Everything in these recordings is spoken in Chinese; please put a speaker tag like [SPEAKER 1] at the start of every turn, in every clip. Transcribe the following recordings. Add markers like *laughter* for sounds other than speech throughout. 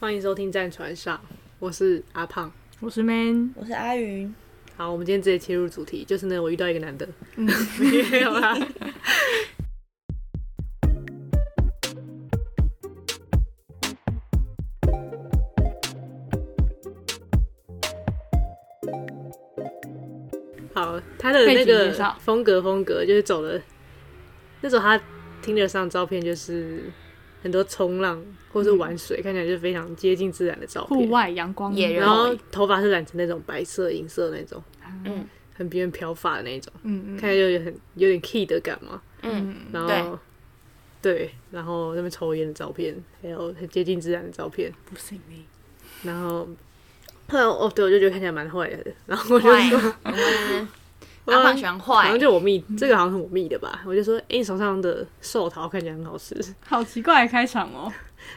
[SPEAKER 1] 欢迎收听《战船上》，我是阿胖。
[SPEAKER 2] 我是 Man，
[SPEAKER 3] 我是阿云，
[SPEAKER 1] 好，我们今天直接切入主题，就是呢，我遇到一个男的，
[SPEAKER 2] 嗯
[SPEAKER 1] *laughs* 没有啦。好，他的那
[SPEAKER 2] 背景
[SPEAKER 1] 个
[SPEAKER 2] 介绍
[SPEAKER 1] 风格风格就是走了，那时候他听得上照片就是很多冲浪或是玩水，
[SPEAKER 2] 嗯
[SPEAKER 1] 看起来就非常接近自然的照片，
[SPEAKER 2] 户外阳光
[SPEAKER 3] 野人
[SPEAKER 1] 然后头发是染成那种白色、银色那种，
[SPEAKER 2] 啊
[SPEAKER 3] 嗯
[SPEAKER 1] 很别人漂发的那种，
[SPEAKER 2] 嗯
[SPEAKER 1] 看起来就有很有点 key 的感嘛。
[SPEAKER 3] 嗯，
[SPEAKER 1] 然后
[SPEAKER 3] 对
[SPEAKER 1] 对，然后那边抽烟的照片，还有很接近自然的照片，
[SPEAKER 2] 不是你，
[SPEAKER 1] 然后。后来哦，对，我就觉得看起来蛮坏的， *laughs* 然后我就
[SPEAKER 3] 坏
[SPEAKER 1] 说，， *laughs*
[SPEAKER 3] 嗯 *laughs*
[SPEAKER 1] 我
[SPEAKER 3] 阿胖喜欢
[SPEAKER 1] 好
[SPEAKER 3] 坏
[SPEAKER 1] 像，就我蜜，这个好像是我蜜的吧，我就说，哎、你手上的寿桃看起来很好吃，
[SPEAKER 2] 好奇怪的开场哦。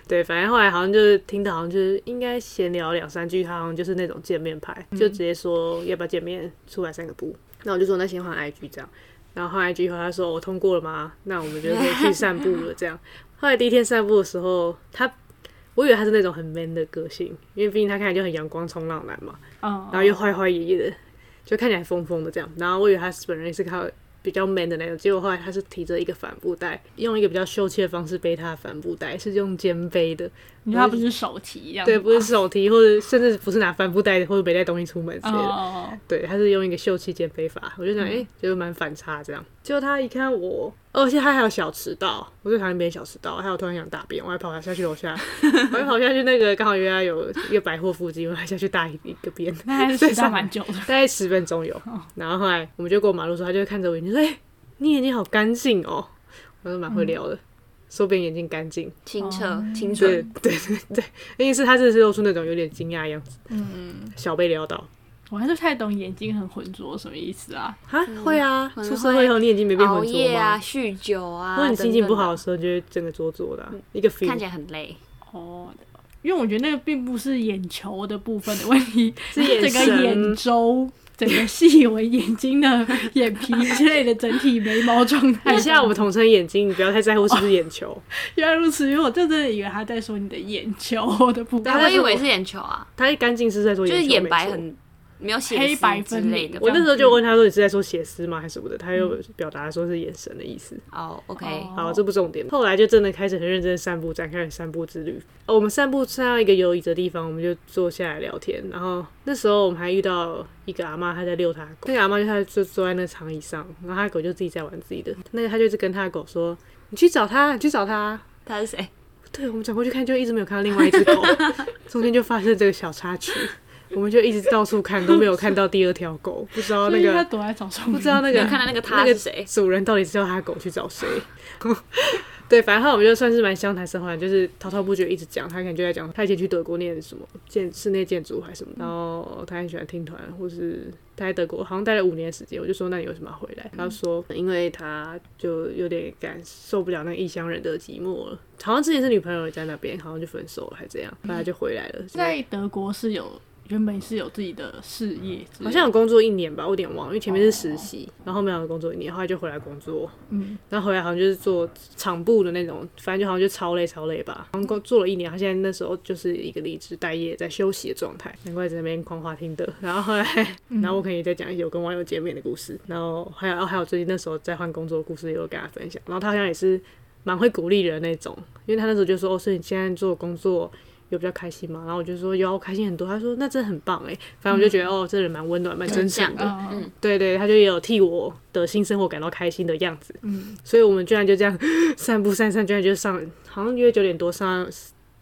[SPEAKER 1] 对，反正后来好像就是听到，好像就是应该闲聊两三句，他好像就是那种见面派，就直接说要不要见面，出来散个步。那我就说那先换 IG 这样，然后换 IG 以后，他说我通过了吗？那我们就可以去散步了这样。后来第一天散步的时候，他我以为他是那种很 man 的个性，因为毕竟他看起来就很阳光冲浪男嘛，
[SPEAKER 2] 嗯，
[SPEAKER 1] 然后又坏坏爷爷的，就看起来疯疯的这样。然后我以为他本人也是靠比较 man 的那种，结果后来他是提着一个帆布袋，用一个比较羞怯的方式背他的帆布袋，是用肩背的。
[SPEAKER 2] 你说他不是手提这样子
[SPEAKER 1] 对，
[SPEAKER 2] 吗，
[SPEAKER 1] 不是手提，或者甚至不是拿帆布袋或者没带东西出门之
[SPEAKER 2] 哦
[SPEAKER 1] 类
[SPEAKER 2] 哦
[SPEAKER 1] 的。
[SPEAKER 2] 哦，
[SPEAKER 1] 对，他是用一个秀气减肥法，我就想，哎、就是蛮反差这样。结果他一看我，哦而且他还有小迟到，我最讨厌别人小迟到。还有突然想大便，我还跑下去楼下，我还跑下去那个刚好约他有一个百货附近，我还下去大一个便， *laughs*
[SPEAKER 2] 那还是
[SPEAKER 1] 所以
[SPEAKER 2] 迟到
[SPEAKER 1] 上
[SPEAKER 2] 蛮久
[SPEAKER 1] *laughs*
[SPEAKER 2] 的。
[SPEAKER 1] 大概十分钟有。然后后来我们就过马路的时候，他就会看着我眼睛说：“哎、你眼睛好干净哦。”我说蛮会聊的，说别人眼睛干净。
[SPEAKER 3] 清澈清
[SPEAKER 1] 哦对
[SPEAKER 3] 纯，
[SPEAKER 1] 对对对，因为是他真的是露出那种有点惊讶的样子，
[SPEAKER 2] 嗯，
[SPEAKER 1] 小被撩到
[SPEAKER 2] 我还是不太懂眼睛很浑浊什么意思啊？
[SPEAKER 1] 啊，会啊，
[SPEAKER 3] 嗯可能
[SPEAKER 1] 出社会以后你眼睛没变
[SPEAKER 3] 熬
[SPEAKER 1] 浑浊
[SPEAKER 3] 夜啊，
[SPEAKER 1] 吗？
[SPEAKER 3] 酗酒啊，
[SPEAKER 1] 如果你心情不好
[SPEAKER 3] 等
[SPEAKER 1] 的时候，就会整个做作的啊、一个
[SPEAKER 3] 等
[SPEAKER 1] feel，
[SPEAKER 3] 看起来很累，
[SPEAKER 2] 哦。因为我觉得那个并不是眼球的部分的问题，
[SPEAKER 1] 是 *laughs* 眼
[SPEAKER 3] *laughs*
[SPEAKER 2] 整个眼
[SPEAKER 1] 神。嗯
[SPEAKER 2] 周、整个细微眼睛的眼皮之类的整体眉毛
[SPEAKER 1] *laughs*
[SPEAKER 2] 状态。
[SPEAKER 1] 以下哎我们统称眼睛，你不要太在乎是不是眼
[SPEAKER 3] 哦
[SPEAKER 1] 球。
[SPEAKER 2] 原来如此，因为我真的以为他在说你的眼球的部分。
[SPEAKER 1] 但
[SPEAKER 3] 我
[SPEAKER 1] 是
[SPEAKER 3] 以为是眼球啊，
[SPEAKER 1] 他一干净是在说
[SPEAKER 3] 就
[SPEAKER 1] 眼球，
[SPEAKER 3] 是眼
[SPEAKER 1] 没
[SPEAKER 3] 白
[SPEAKER 1] 错
[SPEAKER 3] 很没有显
[SPEAKER 2] 黑白
[SPEAKER 3] 之
[SPEAKER 2] 分
[SPEAKER 3] 类
[SPEAKER 2] 明
[SPEAKER 3] 的吧。
[SPEAKER 1] 我那时候就问他说：“你是在说写诗吗，还是什么的？”他
[SPEAKER 3] 嗯
[SPEAKER 1] 又表达说是眼神的意思。
[SPEAKER 3] 哦，OK，
[SPEAKER 2] 哦
[SPEAKER 1] 好，这不重点。后来就真的开始很认真地散步，展开了散步之旅。哦，我们散步散到一个有椅子的地方，我们就坐下来聊天。然后那时候我们还遇到一个阿妈，她在遛她的狗。那个阿妈就她就坐在那长椅上，然后她的狗就自己在玩自己的。那个她就一直跟她的狗说：“你去找它，你去找它。
[SPEAKER 3] 他是谁？”
[SPEAKER 1] 对，我们转过去看，就一直没有看到另外一只
[SPEAKER 3] *laughs*
[SPEAKER 1] 狗，中间就发生这个小插曲。我们就一直到处看，都没有看到第二条狗，不知道
[SPEAKER 2] 所
[SPEAKER 1] 那
[SPEAKER 2] 以他
[SPEAKER 1] 个
[SPEAKER 2] 躲在草丛
[SPEAKER 1] 不
[SPEAKER 2] 里
[SPEAKER 1] 知道那个
[SPEAKER 3] 有看到那个他
[SPEAKER 1] 那个
[SPEAKER 3] 是谁？
[SPEAKER 1] 欸主人到底是要他的狗去找谁？ *laughs* 对，反正后来我们就算是蛮相谈甚欢，就是滔滔不绝一直讲。他可能就在讲他以前去德国念什么建室内建筑还是什么，然后他很喜欢听团，或是他在德国好像待了五年时间。我就说那你为什么要回来？他说因为他就有点感受不了那个异乡人的寂寞了，好像之前是女朋友也在那边，好像就分手了还这样，后来就回来了。
[SPEAKER 2] 在德国是有原本是有自己的事业之类的，
[SPEAKER 1] 好像有工作一年吧，我有点忘了，因为前面是实习，然后后面有工作一年，后来就回来工作，
[SPEAKER 2] 嗯，
[SPEAKER 1] 然后回来好像就是做厂部的那种，反正就好像就超累超累吧，然后工做了一年，他现在那时候就是一个离职待业在休息的状态，难怪在那边狂花听的， *laughs* 然后后来，然后我可能也在讲一些我跟网友见面的故事，然后还有还有最近那时候在换工作的故事也有跟他分享，然后他好像也是蛮会鼓励人的那种，因为他那时候就说，哦，所以你现在做工作。有比较开心吗？然后我就说有啊，我开心很多。他说那真的很棒哎，反正我就觉得、哦，这人蛮温暖、蛮真诚的。
[SPEAKER 2] 嗯嗯
[SPEAKER 3] 嗯
[SPEAKER 1] 对对，他就也有替我的新生活感到开心的样子，
[SPEAKER 2] 嗯，
[SPEAKER 1] 所以我们居然就这样嗯散步散散，居然就上，好像约九点多上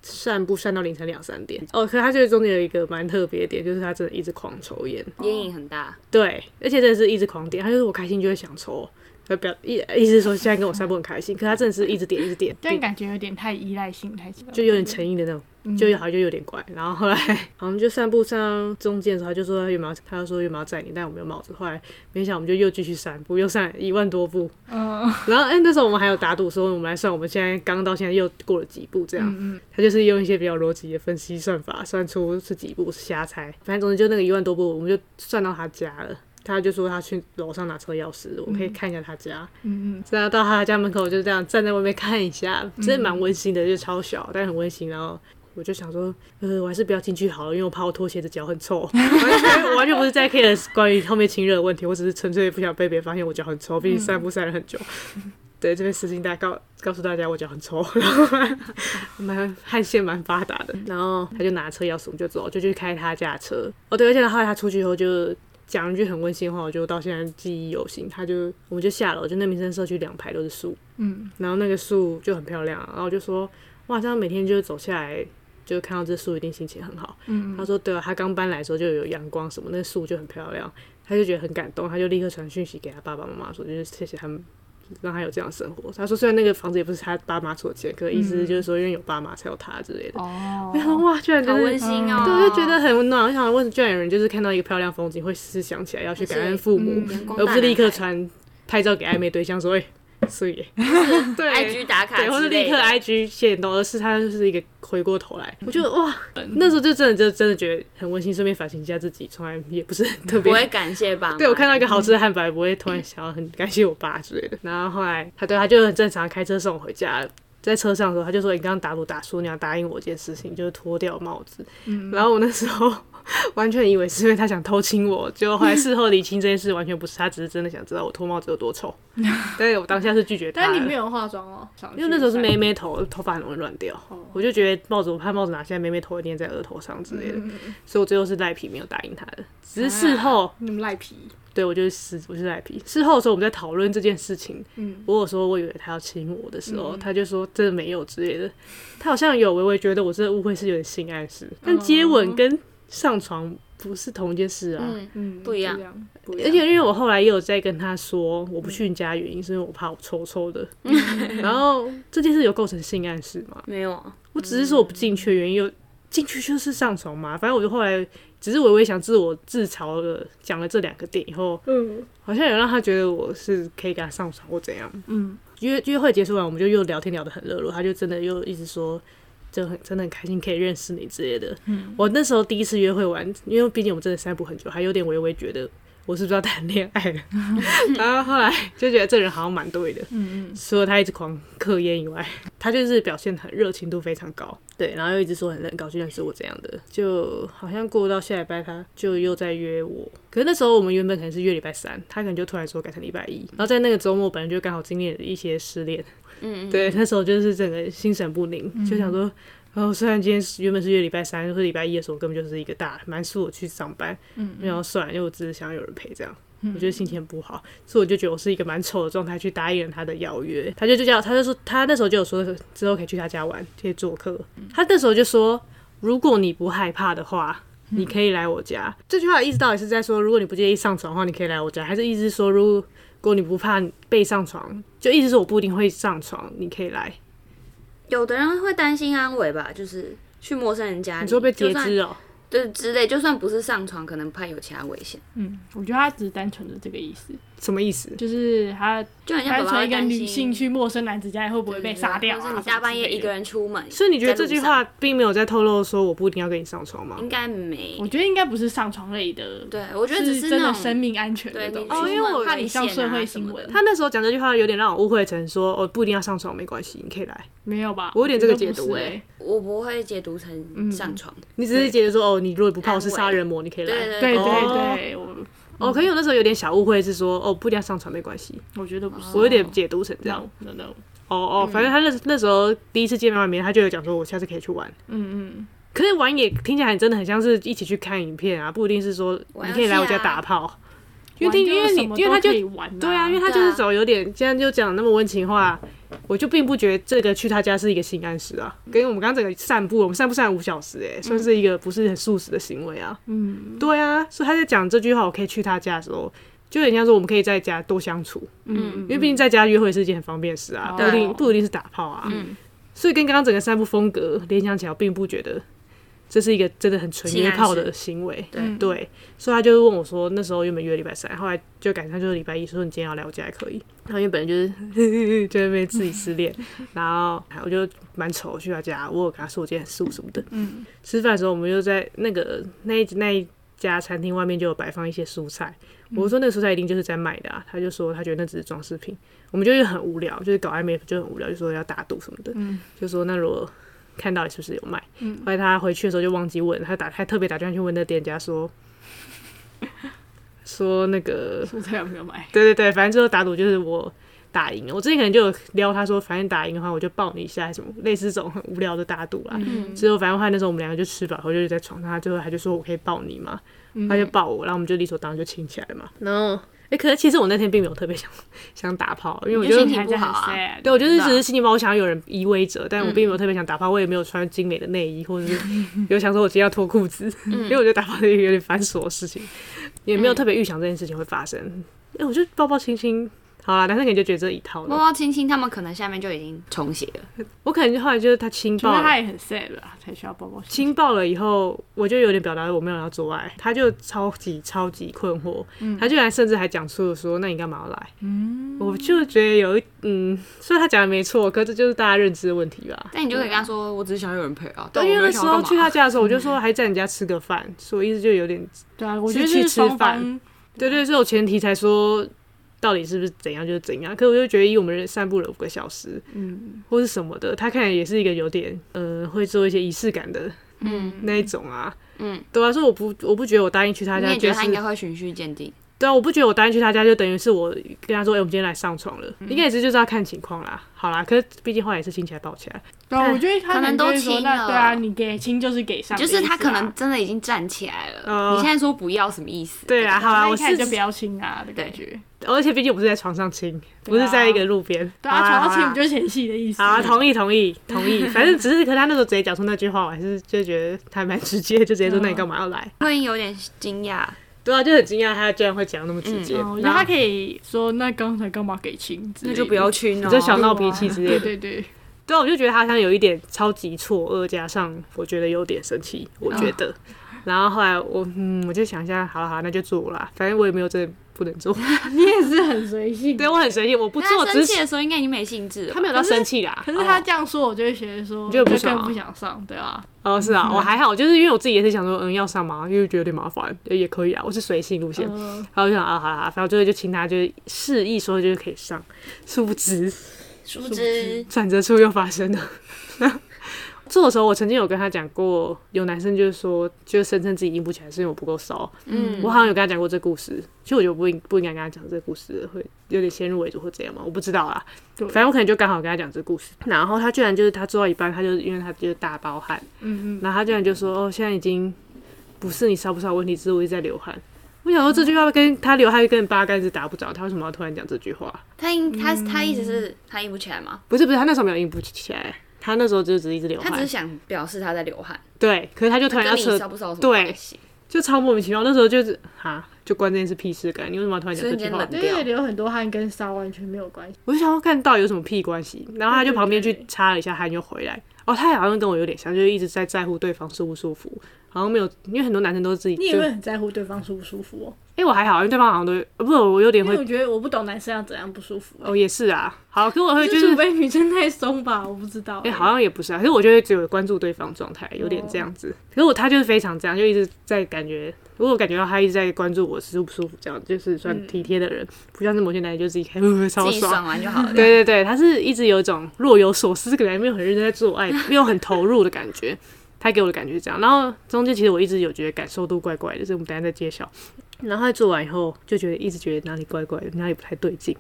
[SPEAKER 1] 散步散到凌晨两三点。哦，可是他就是中间有一个蛮特别的点，就是他真的一直狂抽烟，
[SPEAKER 3] 烟瘾很大，
[SPEAKER 1] 对，而且真的是一直狂点，他就是我开心就会想抽，他表意意思是说现在跟我散步很开心，可他真的是一直点一直点，
[SPEAKER 2] 但感觉有点太依赖性太强，
[SPEAKER 1] 就有点成瘾的那种。
[SPEAKER 2] 嗯
[SPEAKER 1] 就好像就有点怪。然后后来好像就散步散到中间的时候，他就说有没有，他就说有没有载你，但我没有帽子。后来没想我们就又继续散步，又散一万多步。
[SPEAKER 2] 嗯
[SPEAKER 1] 然后哎、那时候我们还有打赌说，我们来算我们现在刚到现在又过了几步这样。
[SPEAKER 2] 嗯嗯，
[SPEAKER 1] 他就是用一些比较逻辑的分析算法算出是几步，瞎猜。反正总之就那个一万多步，我们就算到他家了。他就说他去楼上拿车钥匙，我可以看一下他家。
[SPEAKER 2] 嗯嗯，
[SPEAKER 1] 这样到他家门口就这样站在外面看一下，真的蛮温馨的，就超小但很温馨。然后我就想说，呃，我还是不要进去好了，因为我怕我拖鞋的脚很臭。完全 *laughs* 完全不是在 care 关于后面亲热的问题，我只是纯粹不想被别人发现我脚很臭，毕竟散步散了很久。对，这边私信大家告告诉大家我脚很臭，然后 *laughs* 蛮汗腺蛮发达的。然后他就拿车钥匙，我们就走，就去开他家的车。哦，对，而且后来他出去以后就讲一句很温馨的话，我就到现在记忆犹新。他就我们就下楼，就那民生社区两排都是树，
[SPEAKER 2] 嗯，
[SPEAKER 1] 然后那个树就很漂亮，然后我就说，哇，这样每天就走下来，就看到这树一定心情很好。
[SPEAKER 2] 嗯
[SPEAKER 1] 他说对啊，他刚搬来的时候就有阳光什么，那个树就很漂亮，他就觉得很感动，他就立刻传讯息给他爸爸妈妈说，就是谢谢他们。让他有这样的生活。他说，虽然那个房子也不是他爸妈所建，可意思就是说，因为有爸妈才有他之类的。*laughs*
[SPEAKER 2] 哦
[SPEAKER 1] 我想说哇，居然就
[SPEAKER 3] 好
[SPEAKER 1] 是
[SPEAKER 3] 温馨哦，
[SPEAKER 1] 对，我就觉得很温暖。我想问，居然有人就是看到一个漂亮风景，会思想起来要去感恩父母，
[SPEAKER 2] 嗯
[SPEAKER 3] 阳光
[SPEAKER 1] 而
[SPEAKER 3] 大
[SPEAKER 1] 不
[SPEAKER 3] 男孩，
[SPEAKER 1] 是立刻传拍照给暧昧对象说，哎、所
[SPEAKER 3] *laughs*
[SPEAKER 1] 以
[SPEAKER 3] IG 打卡之类
[SPEAKER 1] 对，
[SPEAKER 3] 的，
[SPEAKER 1] 或是立刻 IG 现动，而是他就是一个回过头来，我觉得哇，那时候就真的就真的觉得很温馨，顺便反省一下自己，从来也不是很特
[SPEAKER 3] 不会啊
[SPEAKER 1] 别。
[SPEAKER 3] 感谢吧？
[SPEAKER 1] 对我看到一个好吃的汉堡，也不会突然想要很感谢我爸之类的。然后后来他对他就很正常开车送我回家，在车上的时候他就说：“你刚刚打赌打输，你要答应我一件事情，就是脱掉帽子。”
[SPEAKER 2] 嗯
[SPEAKER 1] 然后我那时候 *laughs* 完全以为是因为他想偷亲我，结果后来事后理清这件事完全不是，他只是真的想知道我脱帽子有多
[SPEAKER 2] *laughs*
[SPEAKER 1] 臭。但是我当下是拒绝他的。
[SPEAKER 2] 但你没有化妆哦，上去
[SPEAKER 1] 因为那时候是妹妹头，头发很容易乱掉，
[SPEAKER 2] 哦
[SPEAKER 1] 我就觉得帽子，我怕帽子拿下来，妹妹头会粘在额头上之类
[SPEAKER 2] 嗯
[SPEAKER 1] 的，所以我最后是赖皮没有答应她的。只是
[SPEAKER 2] 啊
[SPEAKER 1] 事后，
[SPEAKER 2] 你们赖皮，
[SPEAKER 1] 对我就是死，我是赖皮。事后的时候，我们在讨论这件事情，
[SPEAKER 2] 嗯，
[SPEAKER 1] 我有说我以为他要亲我的时候，他就说真的没有之类的。他好像有微微觉得我这误会是有点性暗示，但接吻跟上床不是同一件事啊。
[SPEAKER 3] 嗯，
[SPEAKER 2] 嗯，
[SPEAKER 3] 不一样
[SPEAKER 2] 这样，不一
[SPEAKER 1] 而
[SPEAKER 2] 样
[SPEAKER 1] 且因为我后来也有在跟他说，我不去你家的原因是因为我怕我臭臭的。然后这件事有构成性暗示吗？
[SPEAKER 3] 没有，啊
[SPEAKER 1] 我只是说我不进去的原因，有进去就是上床嘛。反正我就后来只是微微想自我自嘲了，讲了这两个点以后，
[SPEAKER 2] 嗯
[SPEAKER 1] 好像有让他觉得我是可以跟他上床或怎样。
[SPEAKER 2] 嗯，
[SPEAKER 1] 约约会结束完，我们就又聊天聊得很热络，他就真的又一直说。就很真的很开心可以认识你之类的。
[SPEAKER 2] 嗯
[SPEAKER 1] 我那时候第一次约会完，因为毕竟我们真的散步很久，还有点微微觉得我是不是要谈恋爱了。然后后来就觉得这人好像蛮对的，
[SPEAKER 2] 嗯
[SPEAKER 1] 除了他一直狂嗑烟以外，他就是表现很热情度非常高，对，然后又一直说很很高兴认识我这样的，就好像过到下礼拜他就又在约我，可是那时候我们原本可能是约礼拜三，他可能就突然说改成礼拜一，然后在那个周末本来就刚好经历了一些失恋，
[SPEAKER 3] 嗯，嗯，
[SPEAKER 1] 对，嗯那时候就是整个心神不宁，就想说。然后虽然今天是原本是约礼拜三或者礼拜一的时候，根本就是一个大蛮输我去上班，
[SPEAKER 2] 嗯
[SPEAKER 1] 然后算了，因为我只是想要有人陪这样。
[SPEAKER 2] 嗯
[SPEAKER 1] 我觉得心情很不好，所以我就觉得我是一个蛮丑的状态去答应了他的邀约。他就就叫，他就说他那时候就有说之后可以去他家玩，可以做客。
[SPEAKER 3] 嗯
[SPEAKER 1] 他那时候就说，如果你不害怕的话，
[SPEAKER 3] 嗯
[SPEAKER 1] 你可以来我家。这句话的意思到底是在说，如果你不介意上床的话，你可以来我家，还是意思是说，如果如果你不怕被上床，就意思是我不一定会上床，你可以来。
[SPEAKER 3] 有的人会担心安危吧，就是去陌生人家里，
[SPEAKER 1] 你说被
[SPEAKER 3] 就
[SPEAKER 1] 截
[SPEAKER 3] 算
[SPEAKER 1] 肢哦、
[SPEAKER 3] 对之类，就算不是上床，可能怕有其他危险，
[SPEAKER 2] 嗯，我觉得他只是单纯的这个意思，
[SPEAKER 1] 什么意思？
[SPEAKER 2] 就是他
[SPEAKER 3] 就很像
[SPEAKER 2] 单
[SPEAKER 3] 爸爸
[SPEAKER 2] 纯
[SPEAKER 3] 会
[SPEAKER 2] 一个
[SPEAKER 3] 担心
[SPEAKER 2] 女性去陌生男子家里会不会被杀掉
[SPEAKER 3] 或是
[SPEAKER 2] 啊？
[SPEAKER 3] 你大半夜一个，人出门，
[SPEAKER 1] 所以你觉得这句
[SPEAKER 3] 在
[SPEAKER 1] 话并没有在透露说我不一定要跟你上床吗
[SPEAKER 3] 路上？应该没
[SPEAKER 2] 我？觉得应该不是上床类的，
[SPEAKER 3] 对，我觉得只
[SPEAKER 2] 是真
[SPEAKER 3] 那
[SPEAKER 2] 的
[SPEAKER 3] 种
[SPEAKER 2] 生命安全
[SPEAKER 3] 对
[SPEAKER 2] 的
[SPEAKER 3] 你
[SPEAKER 2] 东
[SPEAKER 3] 出
[SPEAKER 1] 哦
[SPEAKER 2] 西
[SPEAKER 1] 因为
[SPEAKER 3] 门
[SPEAKER 1] 我
[SPEAKER 3] 危
[SPEAKER 2] 怕你上
[SPEAKER 3] 险啊
[SPEAKER 2] 社会
[SPEAKER 3] 什
[SPEAKER 2] 新
[SPEAKER 3] 么的
[SPEAKER 2] 闻
[SPEAKER 1] 他那时候讲这句话有点让我误会成说哦不一定要上床没关系，你可以来。
[SPEAKER 2] 没有吧？
[SPEAKER 1] 我有点这个
[SPEAKER 2] 觉得
[SPEAKER 1] 解
[SPEAKER 2] 不
[SPEAKER 1] 读
[SPEAKER 2] 是
[SPEAKER 1] 欸
[SPEAKER 2] 欸
[SPEAKER 3] 我不会解读
[SPEAKER 1] 嗯
[SPEAKER 3] 成上床，
[SPEAKER 1] 你只是觉得说哦，你如果不怕我是杀人魔，你可以来。
[SPEAKER 3] 对对
[SPEAKER 2] 对对
[SPEAKER 1] 哦
[SPEAKER 2] 对，我
[SPEAKER 1] 哦，可以我那时候有点小误会，是说哦不一定要上床没关系，
[SPEAKER 2] 我觉得
[SPEAKER 3] 哦
[SPEAKER 2] 不是，
[SPEAKER 1] 我有点解读成这样。
[SPEAKER 2] no no no，
[SPEAKER 1] 哦哦，
[SPEAKER 3] 嗯
[SPEAKER 1] 反正他那那时候第一次见面外面，他就有讲说我下次可以去玩。
[SPEAKER 2] 嗯嗯，
[SPEAKER 1] 可是玩也听起来真的很像是一起去看影片啊，不一定是说
[SPEAKER 3] 玩
[SPEAKER 1] 你
[SPEAKER 3] 游戏啊
[SPEAKER 1] 可以来我家打炮，因为听因
[SPEAKER 2] 玩
[SPEAKER 1] 为
[SPEAKER 2] 就
[SPEAKER 1] 你
[SPEAKER 2] 什么
[SPEAKER 1] 因为他
[SPEAKER 2] 都
[SPEAKER 1] 就
[SPEAKER 2] 可以玩，
[SPEAKER 1] 对啊，因为他就
[SPEAKER 3] 对啊
[SPEAKER 1] 是走有点，现在就讲那么温情话，我就并不觉得这个去他家是一个性暗示啊。跟我们刚刚整个散步，我们散步散了五小时、欸，哎，算是一个不是很素食的行为啊。
[SPEAKER 2] 嗯
[SPEAKER 1] 对啊，所以他在讲这句话，我可以去他家的时候，就人家说我们可以在家多相处，
[SPEAKER 2] 嗯
[SPEAKER 1] 因为毕竟在家约会是一件很方便的事啊，不
[SPEAKER 2] 对
[SPEAKER 1] 一定不一定是打炮啊。
[SPEAKER 3] 嗯
[SPEAKER 1] 所以跟刚刚整个散步风格联想起来，我并不觉得这是一个真的很纯约炮的行为。
[SPEAKER 3] 对
[SPEAKER 2] 嗯
[SPEAKER 1] 对，所以他就问我说，那时候原本约礼拜三，后来就改成就是礼拜一，说你今天要来我家也可以。然后因为本来就是 *laughs* 就在那边自己失恋，然后我就蛮愁去他家，我有跟他说我今天很素什么的。
[SPEAKER 2] 嗯，
[SPEAKER 1] 吃饭的时候，我们就在那个那一那一家餐厅外面就有摆放一些蔬菜。
[SPEAKER 2] 嗯
[SPEAKER 1] 我说那个蔬菜一定就是在卖的啊，他就说他觉得那只是装饰品。我们就是很无聊，就是搞暧昧就很无聊，就说要打赌什么的。
[SPEAKER 2] 嗯
[SPEAKER 1] 就说那如果看到底是不是有卖。
[SPEAKER 2] 嗯
[SPEAKER 1] 后来他回去的时候就忘记问，他打开特别打电话去问那店家说， *laughs* 说那个，
[SPEAKER 2] 蔬菜有没有买？
[SPEAKER 1] 对对对，反正最后打赌就是我打赢了。我之前可能就有撩他说，反正打赢的话我就抱你一下，什么类似这种很无聊的打赌啦。
[SPEAKER 2] 嗯
[SPEAKER 1] 之后反正后来那时候我们两个就吃饱后就在床上，他最后他就说我可以抱你吗？
[SPEAKER 3] 嗯
[SPEAKER 1] 他就抱我，然后我们就理所当然就亲起来了嘛。嗯然后，哎、可是其实我那天并没有特别想想打炮，因为我
[SPEAKER 2] 你
[SPEAKER 1] 觉
[SPEAKER 2] 就
[SPEAKER 1] 得
[SPEAKER 2] 心情
[SPEAKER 3] 还
[SPEAKER 2] 不
[SPEAKER 3] 是很
[SPEAKER 2] 好啊
[SPEAKER 3] sad，
[SPEAKER 1] 对我就是
[SPEAKER 3] 吧
[SPEAKER 1] 只是心情不好，我想要有人依偎着，但我并没
[SPEAKER 2] 嗯
[SPEAKER 1] 有特别想打炮，我也没有穿精美的内衣，或者是有想说我今天要脱裤子，*laughs*
[SPEAKER 2] 嗯
[SPEAKER 1] 因为我觉得打炮是一个有点繁琐的事情，也没有特别预想这件事情会发生。哎、我就抱抱亲亲。好啦，男生可能就觉得这一套
[SPEAKER 3] 摸
[SPEAKER 1] 了。
[SPEAKER 3] 摸亲亲，他们可能下面就已经重写了。
[SPEAKER 1] 我可能就后来就是他亲
[SPEAKER 2] 觉得
[SPEAKER 1] 抱，
[SPEAKER 2] 他也很 sad 啦，才需要抱抱。
[SPEAKER 1] 亲抱了以后，我就有点表达我没有要做爱，他就超级超级困惑，
[SPEAKER 2] 嗯
[SPEAKER 1] 他居然甚至还讲出了说：“那你干嘛要来？”我就觉得有一嗯，虽然他讲的没错，可这就是大家认知的问题吧。
[SPEAKER 3] 但你就可以跟他说，我只是想要有人陪啊。
[SPEAKER 1] 对，
[SPEAKER 3] 但我
[SPEAKER 1] 因为
[SPEAKER 3] 没有
[SPEAKER 1] 那时
[SPEAKER 3] 想要
[SPEAKER 1] 候
[SPEAKER 3] 干
[SPEAKER 1] 去
[SPEAKER 3] 嘛
[SPEAKER 1] 他家的时候，我就说还在人家吃个饭，所以我意思就有点
[SPEAKER 2] 对啊，我
[SPEAKER 1] 是
[SPEAKER 2] 觉得
[SPEAKER 1] 去
[SPEAKER 2] 是
[SPEAKER 1] 吃
[SPEAKER 2] 双
[SPEAKER 1] 饭
[SPEAKER 2] 方
[SPEAKER 1] 对对，所以我前提才说到底是不是怎样就是怎样。可我就觉得，以我们人散步了五个小时，嗯，或是什么的，他看起来也是一个有点呃会做一些仪式感的，嗯，那一种啊，
[SPEAKER 3] 嗯，
[SPEAKER 1] 对啊，所以我不我不觉得我答应去他
[SPEAKER 3] 你
[SPEAKER 1] 家
[SPEAKER 3] 也觉
[SPEAKER 1] 就
[SPEAKER 3] 得他
[SPEAKER 1] 是
[SPEAKER 3] 应该会循序渐进。
[SPEAKER 1] 对啊，我不觉得我答应去他家就等于是我跟他说，哎、我们今天来上床了，
[SPEAKER 3] 嗯
[SPEAKER 1] 应该也是就是要看情况啦。好啦，可是毕竟后来也是亲起来抱起来，
[SPEAKER 2] 对啊，我觉得他
[SPEAKER 3] 可能
[SPEAKER 2] 就
[SPEAKER 3] 都
[SPEAKER 2] 会说
[SPEAKER 3] 亲
[SPEAKER 2] 那
[SPEAKER 3] 了
[SPEAKER 2] 对啊，你给亲就是给上的意
[SPEAKER 3] 就
[SPEAKER 2] 思啊，
[SPEAKER 3] 是他可能真的已经站起来了，
[SPEAKER 1] 哦
[SPEAKER 3] 你现在说不要什么意思？
[SPEAKER 1] 对啊，好啦，
[SPEAKER 2] 他
[SPEAKER 1] 我
[SPEAKER 2] 一开
[SPEAKER 1] 是
[SPEAKER 2] 始就不要亲啊的感觉。
[SPEAKER 1] 而且毕竟我不是在床上亲，
[SPEAKER 2] 对
[SPEAKER 1] 不
[SPEAKER 2] 啊
[SPEAKER 1] 是在一个路边，
[SPEAKER 2] 对
[SPEAKER 1] 好
[SPEAKER 2] 啊，
[SPEAKER 1] 啦
[SPEAKER 2] 床
[SPEAKER 1] 好
[SPEAKER 2] 上
[SPEAKER 1] 啦
[SPEAKER 2] 亲不就是前戏的意思？
[SPEAKER 1] 好、
[SPEAKER 2] *laughs*
[SPEAKER 1] 啊，同意同意同意，反正只是，可是他那时候直接讲出那句话，我还是就觉得他还蛮直接，就直接说
[SPEAKER 2] 嗯
[SPEAKER 1] 那你干嘛要来？
[SPEAKER 3] 会有点惊讶，
[SPEAKER 1] 对啊，就很惊讶他居然会讲那么直接，
[SPEAKER 2] 嗯我觉得他可以说那刚才干嘛给亲之类的？
[SPEAKER 3] 去
[SPEAKER 1] 你
[SPEAKER 3] 呢
[SPEAKER 1] 就小闹脾气之类的。
[SPEAKER 2] 对对对， *laughs*
[SPEAKER 1] 对啊，我就觉得他好像有一点超级错愕，加上我觉得有点生气，我觉得。然后后来我嗯，我就想一下，好了好啦，那就做啦，反正我也没有真的不能做。
[SPEAKER 2] 你也是很随性。
[SPEAKER 1] 对我很随意，我不做，
[SPEAKER 3] 他生
[SPEAKER 1] 只
[SPEAKER 3] 气
[SPEAKER 1] 是
[SPEAKER 3] 的时候应该已经没兴致了
[SPEAKER 1] 他
[SPEAKER 3] 吧。
[SPEAKER 1] 没有到生气
[SPEAKER 2] *laughs*
[SPEAKER 1] 啦。
[SPEAKER 2] 可是他这样说，我就会觉得说，
[SPEAKER 1] 你觉得不
[SPEAKER 2] 就
[SPEAKER 1] 爽啊
[SPEAKER 2] 更不想上，对啊，
[SPEAKER 1] 哦，是啊，我还好，就是因为我自己也是想说，嗯，要上嘛，因为觉得有点麻烦，也可以啊，我是随性路线。
[SPEAKER 2] 嗯，
[SPEAKER 1] 然后我就想啊，好啦，好啦反正我最后就请他就是示意说就是可以上，殊不知
[SPEAKER 3] 殊
[SPEAKER 2] 不知
[SPEAKER 1] 转折处又发生了。 *laughs* 做的时候，我曾经有跟他讲过，有男生就是说，就是声称自己硬不起来是因为我不够骚。
[SPEAKER 3] 嗯
[SPEAKER 1] 我好像有跟他讲过这故事，其实我觉得不应不应该跟他讲这故事，会有点先入为主或怎样嘛，我不知道啦。
[SPEAKER 2] 对
[SPEAKER 1] 反正我可能就刚好跟他讲这故事，然后他居然就是他做到一半，他就因为他就是大包汗，
[SPEAKER 2] 嗯嗯，
[SPEAKER 1] 然后他居然就说：“哦，现在已经不是你烧不烧的问题，只是我一直在流汗。”我想说
[SPEAKER 3] 嗯
[SPEAKER 1] 这句话跟他流汗跟八竿子打不着，他为什么要突然讲这句话？
[SPEAKER 3] 他应他他一直是他硬不起来吗？
[SPEAKER 1] 不是不是，他那时候没有硬不起来，他那时候就只是一直流
[SPEAKER 3] 他只
[SPEAKER 1] 汗
[SPEAKER 3] 是。想表示他在流汗，
[SPEAKER 1] 对，可是他就突然要
[SPEAKER 3] 跟你
[SPEAKER 1] 扯，
[SPEAKER 3] 烧不烧有什么
[SPEAKER 1] 对
[SPEAKER 3] 关系？
[SPEAKER 1] 就超莫名其妙。那时候就是哈，就关这件事屁事干，你为什么要突然讲这句
[SPEAKER 3] 瞬间
[SPEAKER 1] 话
[SPEAKER 3] 冷？
[SPEAKER 2] 对，因为流很多汗跟烧完全没有关系。
[SPEAKER 1] 我就想要看到底有什么屁关系，然后他就旁边去擦了一下汗就回来。哦，他也好像跟我有点像，就是一直在在乎对方舒不舒服，好像没有，因为很多男生都是自己。
[SPEAKER 2] 你也
[SPEAKER 1] 就
[SPEAKER 2] 会很在乎对方舒不舒服哦？
[SPEAKER 1] 哎、我还好，因为对方好像都呃不，我有点
[SPEAKER 2] 因为
[SPEAKER 1] 会
[SPEAKER 2] 我觉得我不懂男生要怎样不舒服欸，
[SPEAKER 1] 哦，也是啊。好，可我会就
[SPEAKER 2] 就是除非女生太松吧， *laughs* 我不知道
[SPEAKER 1] 哎、
[SPEAKER 2] 欸。
[SPEAKER 1] 好像也不是啊，可是我觉得只有关注对方状态，有点这样子。可是我他就是非常这样，就一直在感觉，如果感觉到他一直在关注我舒不舒服，这样就是算体贴的人，不像是某些男人就自己开，呃 *laughs* 超
[SPEAKER 3] 自己
[SPEAKER 1] 爽。
[SPEAKER 3] 爽完就好 *laughs* 了。
[SPEAKER 1] 对对对，他是一直有一种若有所思，可能没有很认真在做爱，没有很投入的感觉。他给我的感觉是这样，然后中间其实我一直有觉得感受度怪怪的，这我们等一下再揭晓。然后他做完以后，就觉得一直觉得哪里怪怪的，哪里不太对劲。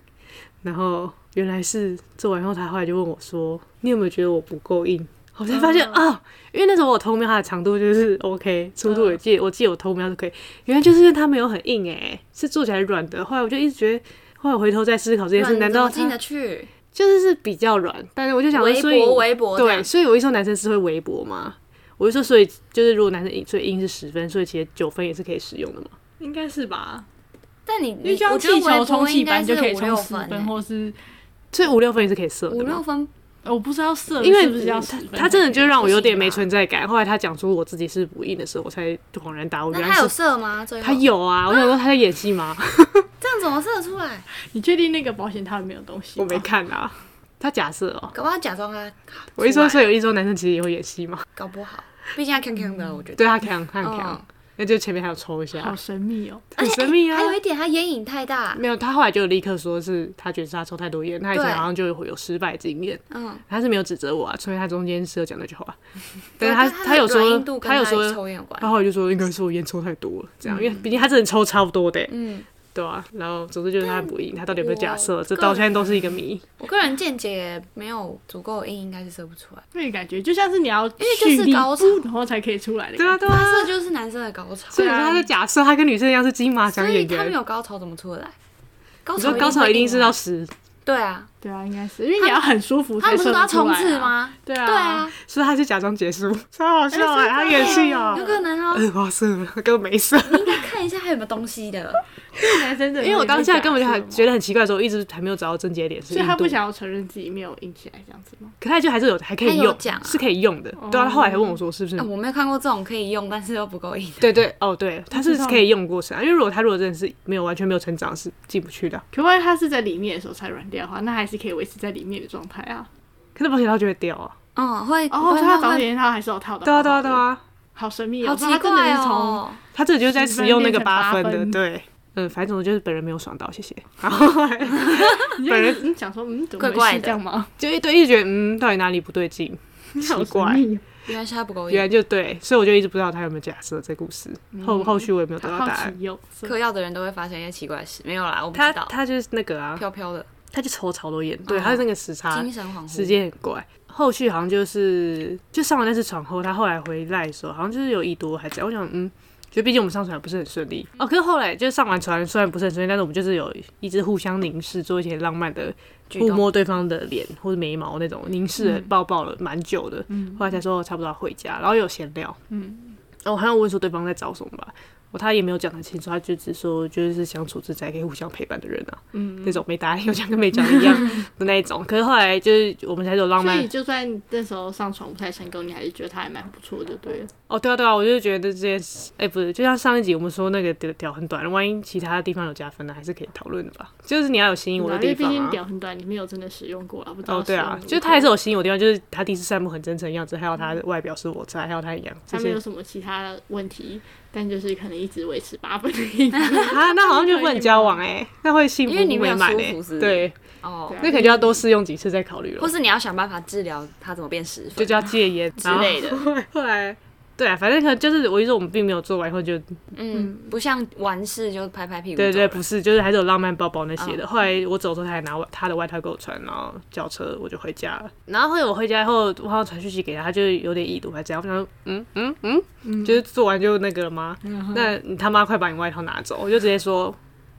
[SPEAKER 1] 然后原来是做完以后，他后来就问我说：“你有没有觉得我不够硬？”我才发现啊、因为那时候我偷瞄他的长度就是 OK，粗度也记，我记得我偷瞄是可以。原来就是因为他没有很硬诶、欸是做起来软的。后来我就一直觉得，后来我回头再思考这件事，
[SPEAKER 3] 软
[SPEAKER 1] 难道
[SPEAKER 3] 怎么进
[SPEAKER 1] 他
[SPEAKER 3] 得去？
[SPEAKER 1] 就是是比较软，但是我就想说，
[SPEAKER 3] 微
[SPEAKER 1] 所以
[SPEAKER 3] 博微博这
[SPEAKER 1] 对，
[SPEAKER 3] 样，
[SPEAKER 1] 所以我一说男生是会微博嘛，我就说所以就是如果男生硬，所以硬是十分，所以其实九分也是可以使用的嘛。
[SPEAKER 2] 应该是吧？
[SPEAKER 3] 但你
[SPEAKER 2] 因为
[SPEAKER 3] 你
[SPEAKER 2] 就像
[SPEAKER 3] 我觉得
[SPEAKER 2] 气球
[SPEAKER 3] 微
[SPEAKER 2] 充
[SPEAKER 3] 博
[SPEAKER 2] 气
[SPEAKER 3] 应该
[SPEAKER 2] 班就是可以
[SPEAKER 3] 五
[SPEAKER 2] 充
[SPEAKER 3] 六
[SPEAKER 2] 十
[SPEAKER 3] 分
[SPEAKER 2] 分，
[SPEAKER 3] 欸，
[SPEAKER 2] 或是呃
[SPEAKER 1] 所以五六分也是可以射的
[SPEAKER 3] 五
[SPEAKER 1] 嘛
[SPEAKER 3] 六。分
[SPEAKER 2] 我不知道射
[SPEAKER 1] 因为
[SPEAKER 2] 是不是要十分欸
[SPEAKER 1] 他真的就让我有点没
[SPEAKER 3] 不行
[SPEAKER 1] 存在感。后来他讲出我自己是不硬的时候，我才恍然大悟，原
[SPEAKER 3] 那
[SPEAKER 1] 来
[SPEAKER 3] 他有
[SPEAKER 1] 是
[SPEAKER 3] 射吗？最后
[SPEAKER 1] 他有啊！我想说他在演戏
[SPEAKER 3] *laughs*
[SPEAKER 1] 吗？
[SPEAKER 3] 这样怎么射出来？
[SPEAKER 2] 你确定那个保险套里面有东西
[SPEAKER 1] 我
[SPEAKER 2] 吗？
[SPEAKER 1] 没看啊。他假设哦、
[SPEAKER 3] *laughs* 搞不好假装他，
[SPEAKER 1] 我一说，
[SPEAKER 3] 出
[SPEAKER 1] 所以
[SPEAKER 3] 来
[SPEAKER 1] 有一说男生其实也会演戏嘛？
[SPEAKER 3] 搞不好，毕竟他 Q Q 的，我觉得。
[SPEAKER 1] 对他看，他很强
[SPEAKER 3] 嗯，哎
[SPEAKER 1] 那就前面还有抽一
[SPEAKER 2] 好
[SPEAKER 1] 下，
[SPEAKER 2] 神秘哦。
[SPEAKER 1] 很神秘啊
[SPEAKER 3] 还。有一点，他烟瘾太大。
[SPEAKER 1] 没有，他后来就立刻说是他觉得是他抽太多烟，他以前
[SPEAKER 3] 对
[SPEAKER 1] 好像就有有失败经验，
[SPEAKER 3] 嗯，
[SPEAKER 1] 他是没有指责我啊，所以他中间是有讲那句
[SPEAKER 3] *laughs*
[SPEAKER 1] 话，啊但
[SPEAKER 3] 对啊
[SPEAKER 1] 是
[SPEAKER 3] 他
[SPEAKER 1] 他有说
[SPEAKER 3] 度跟
[SPEAKER 1] 他有
[SPEAKER 3] 他
[SPEAKER 1] 说哦
[SPEAKER 3] 抽烟嗯有关
[SPEAKER 1] 他。后来就说应该是我烟抽太多了，这样，因为毕竟他真的抽超多的欸、
[SPEAKER 3] 嗯，
[SPEAKER 1] 对啊。然后总之就是他不赢，他到底有没有假
[SPEAKER 3] 我
[SPEAKER 1] 设，这
[SPEAKER 3] 个
[SPEAKER 1] 到现在都是一个谜。
[SPEAKER 3] 我个人见解没有足够的硬，应该是射不出来。
[SPEAKER 2] 那个感觉就像是你要
[SPEAKER 3] 为就
[SPEAKER 2] 蓄
[SPEAKER 3] 是
[SPEAKER 2] 力
[SPEAKER 3] 高
[SPEAKER 2] 不
[SPEAKER 3] 潮
[SPEAKER 2] 然后才可以出来的
[SPEAKER 1] 对啊，
[SPEAKER 2] 感觉。
[SPEAKER 1] 对
[SPEAKER 3] 他
[SPEAKER 1] 啊。
[SPEAKER 3] 这就是男生的高潮，
[SPEAKER 1] 所以说他在假设他跟女生一样是金马
[SPEAKER 3] 所
[SPEAKER 1] 奖
[SPEAKER 3] 以
[SPEAKER 1] 演
[SPEAKER 3] 他没
[SPEAKER 1] 员，
[SPEAKER 3] 有高潮怎么出得来？高
[SPEAKER 1] 你
[SPEAKER 3] 潮
[SPEAKER 1] 说高潮一定
[SPEAKER 3] 会
[SPEAKER 1] 是
[SPEAKER 3] 硬啊
[SPEAKER 1] 要十，
[SPEAKER 3] 对啊，
[SPEAKER 2] 对啊，应该是因为你要很舒服
[SPEAKER 3] 他
[SPEAKER 2] 才
[SPEAKER 3] 们不
[SPEAKER 2] 射
[SPEAKER 3] 是
[SPEAKER 2] 得
[SPEAKER 3] 都要
[SPEAKER 2] 出
[SPEAKER 3] 冲
[SPEAKER 2] 来
[SPEAKER 3] 刺
[SPEAKER 2] 啊。
[SPEAKER 3] 吗？
[SPEAKER 2] 对
[SPEAKER 3] 对
[SPEAKER 2] 啊，
[SPEAKER 3] 啊，
[SPEAKER 1] 所以他就假装结束，超好笑哎、他演戏啊
[SPEAKER 3] 有，可能
[SPEAKER 1] *laughs*
[SPEAKER 3] 哦、
[SPEAKER 1] 呃，我射了，根本没射。
[SPEAKER 3] 你应该看一下还有没有东西的。
[SPEAKER 2] 男生真的
[SPEAKER 1] 因为我当下根本就还觉
[SPEAKER 2] 得，
[SPEAKER 1] 得很奇怪的时候，我一直还没有找到症结点是
[SPEAKER 2] 所以
[SPEAKER 1] 印
[SPEAKER 2] 他
[SPEAKER 1] 度
[SPEAKER 2] 不，想要承认自己没有硬起来这样子吗？
[SPEAKER 1] 可他就还是有还可以
[SPEAKER 3] 他有
[SPEAKER 1] 用
[SPEAKER 3] 讲啊，
[SPEAKER 1] 是可以用的。
[SPEAKER 2] 哦
[SPEAKER 1] 对啊，他后来还问我说是不是
[SPEAKER 3] 啊我没有看过这种可以用，但是又不够硬的。
[SPEAKER 1] 对对哦，对，他是
[SPEAKER 2] 知道
[SPEAKER 1] 可以用过程啊，因为如果他如果真的是没有完全没有成长，是进不去的。啊
[SPEAKER 2] 可万一他是在里面的时候才软掉的话，那还是可以维持在里面的状态啊。
[SPEAKER 1] 可是保险套就会掉啊。
[SPEAKER 3] 嗯，会
[SPEAKER 2] 哦，所
[SPEAKER 3] 会
[SPEAKER 2] 以他
[SPEAKER 3] 会
[SPEAKER 2] 早
[SPEAKER 3] 会，
[SPEAKER 2] 点他还是有套的。
[SPEAKER 1] 对啊对啊对，啊，
[SPEAKER 2] 好神哦秘哦，
[SPEAKER 3] 好
[SPEAKER 2] 所以他
[SPEAKER 3] 奇
[SPEAKER 2] 真的
[SPEAKER 3] 怪
[SPEAKER 2] 是从
[SPEAKER 3] 哦、
[SPEAKER 1] 他这个就是在使用那个
[SPEAKER 2] 10分变成八
[SPEAKER 1] 分的，
[SPEAKER 2] 分
[SPEAKER 1] 对，嗯，反正总之就是本人没有爽到，谢谢。然后
[SPEAKER 2] *laughs* 你就
[SPEAKER 1] 本
[SPEAKER 2] 一
[SPEAKER 1] 人
[SPEAKER 2] 直嗯想说嗯，怎么
[SPEAKER 3] 怪
[SPEAKER 2] 回
[SPEAKER 3] 怪
[SPEAKER 2] 事
[SPEAKER 3] 的
[SPEAKER 2] 这样
[SPEAKER 1] *laughs*
[SPEAKER 2] 吗？
[SPEAKER 1] 就一堆一直觉得嗯，到底哪里不对劲，
[SPEAKER 2] 好
[SPEAKER 1] 奇
[SPEAKER 2] 神
[SPEAKER 1] 怪。
[SPEAKER 2] 秘哦，
[SPEAKER 3] 原来是他不够
[SPEAKER 1] 原
[SPEAKER 3] 硬，
[SPEAKER 1] 来就对，所以我就一直不知道他有没有假设这故事，后后续我也没有得
[SPEAKER 2] 嗯好
[SPEAKER 1] 到答
[SPEAKER 2] 好
[SPEAKER 1] 案。
[SPEAKER 2] 奇哟。
[SPEAKER 3] 嗑药的人都会发生一些奇怪的事。没有啦，我不
[SPEAKER 1] 他
[SPEAKER 3] 知道。
[SPEAKER 1] 他就是那个啊，
[SPEAKER 3] 飘飘的，
[SPEAKER 1] 他就抽超多烟，对，
[SPEAKER 3] 哦
[SPEAKER 1] 他那个时差
[SPEAKER 3] 精神恍惚。
[SPEAKER 1] 时间很怪。后续好像就是就上完那次床后，他后来回来的时候，好像就是有一多还在。我想，嗯，就毕竟我们上船不是很顺利哦。可是后来就上完船虽然不是很顺利，但是我们就是有一直互相凝视，做一些浪漫的
[SPEAKER 3] 举
[SPEAKER 1] 互
[SPEAKER 3] 动
[SPEAKER 1] 摸对方的脸或者眉毛那种凝视、抱抱了蛮久的。
[SPEAKER 2] 嗯
[SPEAKER 1] 后来才说差不多要回家，然后有闲聊。
[SPEAKER 2] 嗯，
[SPEAKER 1] 哦，我还要问说对方在找什么吧。我他也没有讲得清楚，他就只说就是相处自在，可以互相陪伴的人啊，
[SPEAKER 2] 嗯
[SPEAKER 1] 那种没答 *laughs* 案有讲跟没讲一
[SPEAKER 2] *laughs*
[SPEAKER 1] 样的那一种。可是后来就是我们才有浪
[SPEAKER 2] 所
[SPEAKER 1] 漫
[SPEAKER 2] 以就算那时候上床不太成功，你还是觉得他还蛮不错的，就对了。
[SPEAKER 1] 哦，对啊，对啊，我就觉得这件事，哎、不是，就像上一集我们说那个屌屌很短，万一其他地方有加分的，还是可以讨论的吧。就是你要有吸引我的
[SPEAKER 2] 因为
[SPEAKER 1] 地
[SPEAKER 2] 毕
[SPEAKER 1] 方
[SPEAKER 2] 竟
[SPEAKER 1] 啊。
[SPEAKER 2] 屌很短，你没有真的使用过啦，不知道
[SPEAKER 1] 哦，对啊
[SPEAKER 2] 使用，如何
[SPEAKER 1] 就是他还是有吸引我的地方，就是他第一次散步很真诚的样子，还有他的外表是我在，还有他一样这
[SPEAKER 2] 嗯他没
[SPEAKER 1] 些
[SPEAKER 2] 有。什么其他的问题，但就是可能一直维持八分的硬度
[SPEAKER 1] 啊， *laughs* 那好像就不能交
[SPEAKER 2] *laughs*
[SPEAKER 1] 往哎、那会幸福
[SPEAKER 3] 因为你
[SPEAKER 1] 不美
[SPEAKER 3] 没有
[SPEAKER 1] 满
[SPEAKER 3] 舒
[SPEAKER 1] 哎、
[SPEAKER 3] 服是不是
[SPEAKER 1] 对，
[SPEAKER 3] 哦
[SPEAKER 2] 对，啊
[SPEAKER 1] 那可能就要多试用几次再考虑
[SPEAKER 3] 或
[SPEAKER 1] 了，
[SPEAKER 3] 是你要想办法治疗他怎么变十
[SPEAKER 1] 就
[SPEAKER 3] 分
[SPEAKER 1] 叫戒烟
[SPEAKER 3] 之类。的
[SPEAKER 1] 然。后 *laughs* 后来，对啊，反正可能就是我就说我们并没有做完以后就
[SPEAKER 3] 嗯，不像完事就拍拍屁股。
[SPEAKER 1] 对对，，不是，就是还是有浪漫包包那些的。后来我走的时候，他还拿外他的外套给我穿，然后叫车我就回家了。然后后来我回家以后，我好像传讯息给他，他就有点已读，还这样。我想说，嗯嗯嗯，就是做完就那个了吗？
[SPEAKER 3] 嗯
[SPEAKER 1] 那你他妈快把你外套拿走！我就直接说，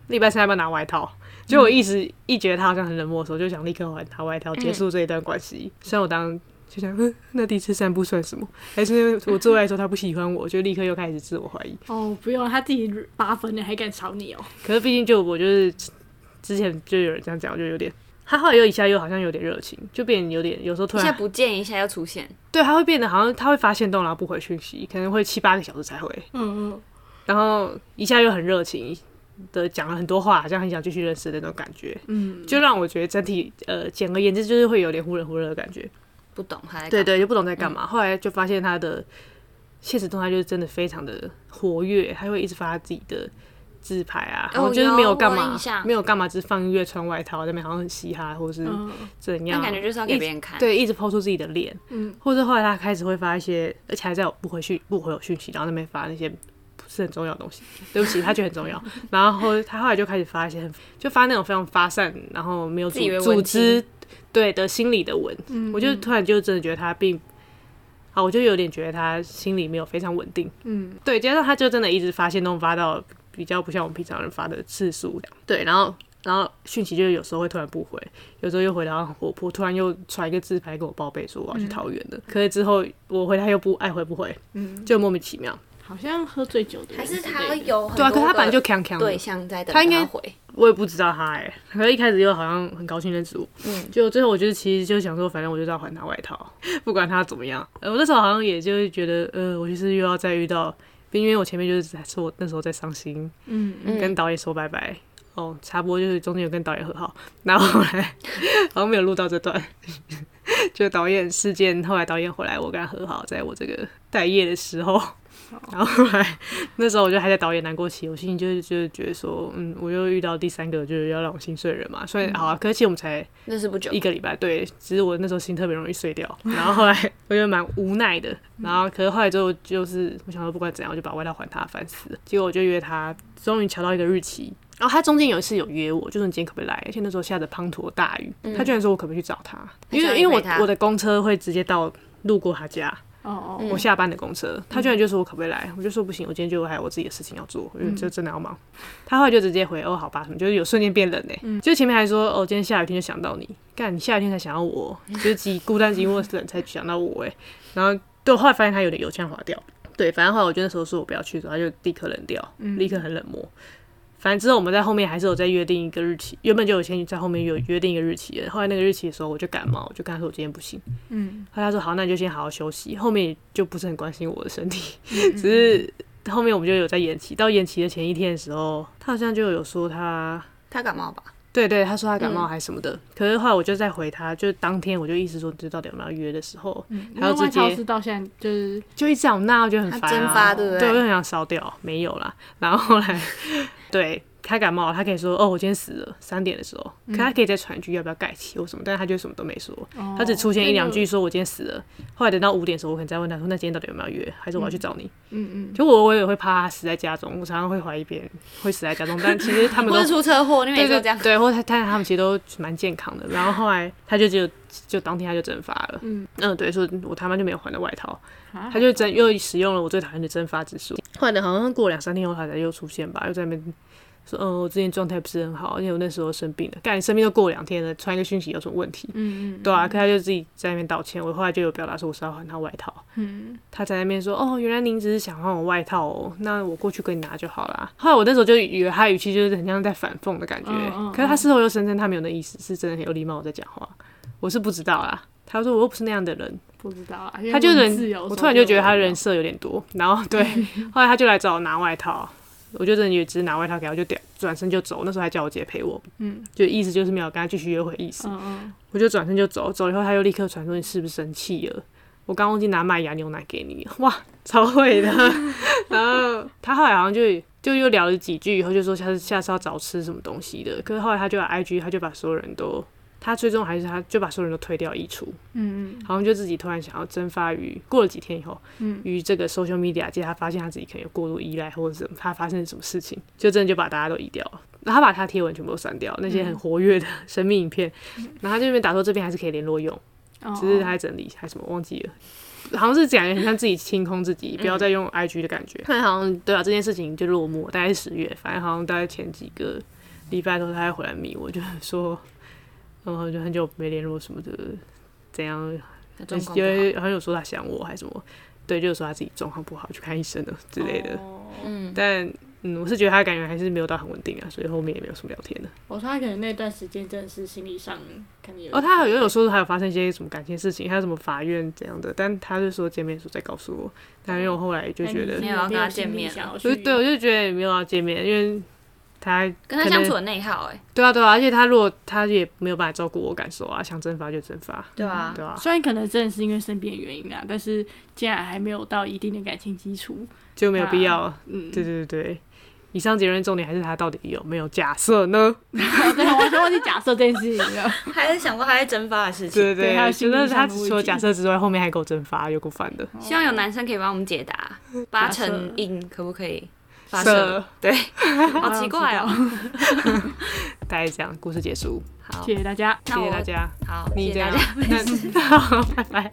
[SPEAKER 1] 礼拜三要不要拿外套？就我一直一觉得他好像很冷漠的时候，就想立刻还他外套，结束这一段关系。虽然我当就想， *laughs* 嗯，那第一次散步算什么？还是我做爱的时候他不喜欢我，就立刻又开始自我怀疑。
[SPEAKER 2] 哦，不用，他自己八分的还敢吵你哦。
[SPEAKER 1] 可是毕竟就我就是之前就有人这样讲，我就有点。他后来又一下又好像有点热情，就变得有点有时候突
[SPEAKER 3] 一下
[SPEAKER 1] 然
[SPEAKER 3] 不见一下又出现，
[SPEAKER 1] 对他会变得好像他会发现动然后不回讯息，可能会七八个小时才回，
[SPEAKER 2] 嗯嗯，
[SPEAKER 1] 然后一下又很热情的讲了很多话，好像很想继续认识的那种感觉，
[SPEAKER 2] 嗯，
[SPEAKER 1] 就让我觉得整体呃简而言之就是会有点忽冷忽热的感觉。
[SPEAKER 3] 不懂他在干
[SPEAKER 1] 对
[SPEAKER 3] 嘛嗯
[SPEAKER 1] 对，就不懂在干嘛。后来就发现他的现实动态就是真的非常的活跃，他会一直发自己的自拍啊，然后
[SPEAKER 3] 哦
[SPEAKER 1] 就是没
[SPEAKER 3] 有
[SPEAKER 1] 干
[SPEAKER 3] 我有
[SPEAKER 1] 嘛
[SPEAKER 3] 印，象
[SPEAKER 1] 没有干嘛，只是放音乐、穿外套，在那边好像很嘻哈或是
[SPEAKER 2] 嗯
[SPEAKER 1] 怎样，
[SPEAKER 3] 那感觉就是要给别人看。
[SPEAKER 1] 对，一直抛出自己的脸，
[SPEAKER 2] 嗯，
[SPEAKER 1] 或者后来他开始会发一些，而且还在我不回讯、不回我讯息，然后那边发那些不是很重要的东西。对不起，他觉得很
[SPEAKER 3] *laughs*
[SPEAKER 1] 重要。然后他后来就开始发一些很，就发那种非常发散，然后没有
[SPEAKER 3] 自以为
[SPEAKER 1] 组
[SPEAKER 3] 文
[SPEAKER 1] 组
[SPEAKER 3] 青
[SPEAKER 1] 织对的心理的文。
[SPEAKER 2] 嗯
[SPEAKER 1] 我
[SPEAKER 3] 嗯
[SPEAKER 1] 就突然就真的觉得他并。啊，我就有点觉得他心里没有非常稳定，
[SPEAKER 2] 嗯，
[SPEAKER 1] 对，加上他就真的一直发现动发到比较不像我们平常人发的次数，对，然后然后讯息就是有时候会突然不回，有时候又回答很活泼，突然又传一个自拍跟我报备说我
[SPEAKER 3] 嗯
[SPEAKER 1] 要去桃园了。可是之后我回他又不爱回不回，
[SPEAKER 2] 嗯
[SPEAKER 1] 就莫名其妙。
[SPEAKER 2] 好像喝醉酒的人
[SPEAKER 3] 还
[SPEAKER 2] 之
[SPEAKER 3] 是
[SPEAKER 2] 类的，
[SPEAKER 3] 他有很
[SPEAKER 1] 对啊，可是
[SPEAKER 3] 多
[SPEAKER 1] 他
[SPEAKER 3] 个
[SPEAKER 1] 本来就强强
[SPEAKER 3] 对
[SPEAKER 1] 的，
[SPEAKER 3] 象在等
[SPEAKER 1] 他应该
[SPEAKER 3] 回，
[SPEAKER 1] 我也不知道他哎、可是一开始又好像很高兴认识我，
[SPEAKER 3] 嗯，
[SPEAKER 1] 就最后我就是其实就想说，反正我就是要还他外套，不管他怎么样。呃，我那时候好像也就是觉得，呃，我就是又要再遇到，因为我前面就是在说我那时候在伤心，
[SPEAKER 2] 嗯嗯，
[SPEAKER 3] 嗯
[SPEAKER 1] 跟导演说拜拜。哦，插播就是中间有跟导演和好，然后后来好像没有录到这段，就导演事件。后来导演回来，我跟他和好，在我这个待业的时候，然后后来那时候我就还在导演难过期，我心里就是就是觉得说，嗯，我又遇到第三个就是要让我心碎的人嘛，所以好啊，可是其实我们才
[SPEAKER 3] 认识不久
[SPEAKER 1] 一，个礼拜，对，只是我那时候心特别容易碎掉， *laughs* 然后后来我就蛮无奈的，然后可是后来之后就是我想说不管怎样，我就把外套还他，烦死了。结果我就约他，终于瞧到一个日期。然后哦他中间有一次有约我，就说你今天可不可以来？而且那时候下着滂沱大雨，嗯他居然说我可不可以去找他，
[SPEAKER 3] 他
[SPEAKER 1] 因
[SPEAKER 3] 叫
[SPEAKER 1] 为
[SPEAKER 3] 你
[SPEAKER 1] 因为
[SPEAKER 3] 陪他
[SPEAKER 1] 我我的公车会直接到路过他家，
[SPEAKER 2] 哦哦，
[SPEAKER 1] 我下班的公车，他居然就说我可不可以来，我就说不行，我今天就还有我自己的事情要做，因为就真的要忙。他后来就直接回哦好吧，什么就是有瞬间变冷呢、就前面还说哦今天下雨天就想到你，干你下雨天才想到我，就是极孤单寂寞冷才想到我哎、然后对我后来发现他有点油腔滑调，对，反正后来我就那时候说我不要去的时候，他就立刻冷掉，
[SPEAKER 2] 嗯
[SPEAKER 1] 立刻很冷漠。反正之后我们在后面还是有再约定一个日期，原本就有先在后面有约定一个日期的，后来那个日期的时候我就感冒，我就跟他说我今天不行，
[SPEAKER 2] 嗯，
[SPEAKER 1] 后来他说好，那你就先好好休息。后面就不是很关心我的身体，
[SPEAKER 3] 嗯
[SPEAKER 1] 只是后面我们就有在延期。到延期的前一天的时候，他好像就有说他，
[SPEAKER 3] 他感冒吧？
[SPEAKER 1] 对对，他说他感冒还是什么的。可是后来我就再回他，就当天我就意思说，这到底有没有约的时候，
[SPEAKER 2] 因
[SPEAKER 1] 还
[SPEAKER 2] 为
[SPEAKER 1] 有
[SPEAKER 2] 嗯外
[SPEAKER 1] 直
[SPEAKER 2] 套
[SPEAKER 1] 接
[SPEAKER 2] 是到现在就是
[SPEAKER 1] 就一直想闹，就很
[SPEAKER 3] 他
[SPEAKER 1] 烦、啊，
[SPEAKER 3] 蒸发对不对
[SPEAKER 1] 我就很想烧掉，没有啦。 *laughs* 然后后来，对他感冒，他可以说哦，我今天死了，三点的时候，
[SPEAKER 3] 嗯
[SPEAKER 1] 可他可以再传一句要不要盖起或什么，但是他就什么都没说，
[SPEAKER 2] 哦
[SPEAKER 1] 他只出现一
[SPEAKER 3] 哦
[SPEAKER 1] 两句说我今天死了。后来等到五点的时候，我可能再问他说，那今天到底有没有约，还是我要去找你？嗯嗯。就我我也会怕他死在家中，我常常会怀疑别人会死在家中，但其实他们
[SPEAKER 3] 或
[SPEAKER 1] 都
[SPEAKER 3] 者出车祸，你每
[SPEAKER 1] 对
[SPEAKER 3] 次
[SPEAKER 1] 对
[SPEAKER 3] 都这样。
[SPEAKER 1] 对，或者他他他们其实都蛮健康的。然后后来他就就就当天他就蒸发了，嗯嗯，对，所以我他妈就没有还的外套，
[SPEAKER 2] 啊
[SPEAKER 3] 啊
[SPEAKER 1] 他就蒸又使用了我最讨厌的蒸发指数。后来呢好像过两三天后他才又出现吧，又在那边说，嗯，我最近状态不是很好，因为我那时候生病了，干生病都过两天了，传一个讯息有什么问题？
[SPEAKER 2] 嗯嗯
[SPEAKER 1] 对啊，可他就自己在那边道歉，我后来就有表达说我是要还他外套，
[SPEAKER 2] 嗯，
[SPEAKER 1] 他在那边说：“哦，原来您只是想换我外套哦，那我过去跟你拿就好啦。”后来我那时候就以为他语气就是很像在反讽的感觉，
[SPEAKER 2] 嗯嗯
[SPEAKER 1] 可是他事后又声称他没有那意思，是真的很有礼貌地在讲话，我是不知道啦。他说我又不是那样的人，
[SPEAKER 2] 不知道啊，因为
[SPEAKER 1] 他就
[SPEAKER 2] 文字
[SPEAKER 1] 人
[SPEAKER 2] 有，时候
[SPEAKER 1] 我突然就觉得他
[SPEAKER 2] 有
[SPEAKER 1] 人设有点多。然
[SPEAKER 2] *laughs*
[SPEAKER 1] 后对，后来他就来找我拿外套，我就真的也只是拿外套给他，我就掉转身就走。那时候还叫我姐陪我，
[SPEAKER 2] 嗯，
[SPEAKER 1] 就意思就是没有跟他继续约会意思。
[SPEAKER 2] 嗯嗯，
[SPEAKER 1] 我就转身就走，走了以后他又立刻传说你是不是生气了？我刚忘记拿麦芽牛奶给你，哇，超会的。 *laughs* 然后他后来好像就就又聊了几句，以后就说下次下次要找吃什么东西的。可是后来他就把 IG，他就把所有人都，他最终还是他就把所有人都推掉移除，
[SPEAKER 2] 嗯嗯
[SPEAKER 1] 好像就自己突然想要蒸发于过了几天以后，
[SPEAKER 2] 嗯
[SPEAKER 1] 于这个 social media 界，他发现他自己可能有过度依赖，或者是他发生了什么事情，就真的就把大家都移掉了。然后他把他贴文全部都删掉，那些很活跃的 *laughs* 生命影片，然后他就那边打说这边还是可以联络用，
[SPEAKER 2] 哦，
[SPEAKER 1] 只是他在整理还是什么忘记了，好像是讲得很像自己清空自己，不要再用 IG 的感觉。看来嗯好像对啊，这件事情就落幕，大概是十月，反正好像大概前几个礼拜都他还回来密我，就说，然后就很久没联络什么的，怎样
[SPEAKER 3] 状况不
[SPEAKER 1] 有
[SPEAKER 3] 好
[SPEAKER 1] 有好像有说他想我还是什么，对，就是说他自己状况不好去看医生了之类的。
[SPEAKER 2] 哦
[SPEAKER 3] 嗯，
[SPEAKER 1] 但嗯，我是觉得他的感觉还是没有到很稳定啊，所以后面也没有什么聊天的。
[SPEAKER 2] 我说他可能那段时间真的是心理上可能有
[SPEAKER 1] 哦，他好像有说还有发生一些什么感情事情，还有什么法院怎样的，但他就说见面的时候再告诉我。
[SPEAKER 3] 哦
[SPEAKER 1] 但因为我后来就觉得，
[SPEAKER 3] 没有要跟他见面
[SPEAKER 2] 了，
[SPEAKER 1] 就是对我就觉得也没有要见面，因为他
[SPEAKER 3] 跟
[SPEAKER 1] 可
[SPEAKER 3] 他
[SPEAKER 1] 能
[SPEAKER 3] 相处很内耗哎，
[SPEAKER 1] 对啊对啊，而且他如果他也没有办法照顾我感受啊，想蒸发就蒸发，
[SPEAKER 3] 对啊，
[SPEAKER 1] 对啊，
[SPEAKER 2] 虽然可能真的是因为身边的原因啊，但是既然还没有到一定的感情基础，
[SPEAKER 1] 就没有必要。
[SPEAKER 3] 啊
[SPEAKER 2] 嗯，
[SPEAKER 1] 对对对对，以上结论重点还是他到底有没有假设呢？
[SPEAKER 2] 哦对，啊我完全忘记假设这件事情了。
[SPEAKER 3] 还是想过他在蒸发的事情。
[SPEAKER 1] 对
[SPEAKER 2] 对还有
[SPEAKER 1] 除
[SPEAKER 2] 心
[SPEAKER 1] 了
[SPEAKER 2] 理上
[SPEAKER 1] 他
[SPEAKER 2] 的
[SPEAKER 1] 除
[SPEAKER 2] 问
[SPEAKER 1] 了
[SPEAKER 2] 题
[SPEAKER 1] 假设之外，后面还给我蒸发，有够烦的。
[SPEAKER 3] 希望有男生可以帮我们解答八成音可不可以发射？
[SPEAKER 1] 色
[SPEAKER 3] 对，好奇怪
[SPEAKER 1] *laughs*
[SPEAKER 3] 哦。
[SPEAKER 1] 大概这样，故事结束，
[SPEAKER 3] 好
[SPEAKER 2] 谢，谢大家。
[SPEAKER 1] 谢
[SPEAKER 3] 那
[SPEAKER 1] 谢
[SPEAKER 3] 我
[SPEAKER 1] 大家。
[SPEAKER 3] 好，
[SPEAKER 1] 你这
[SPEAKER 3] 谢谢
[SPEAKER 1] 样
[SPEAKER 3] 大家。，
[SPEAKER 1] *laughs* 那好，拜拜。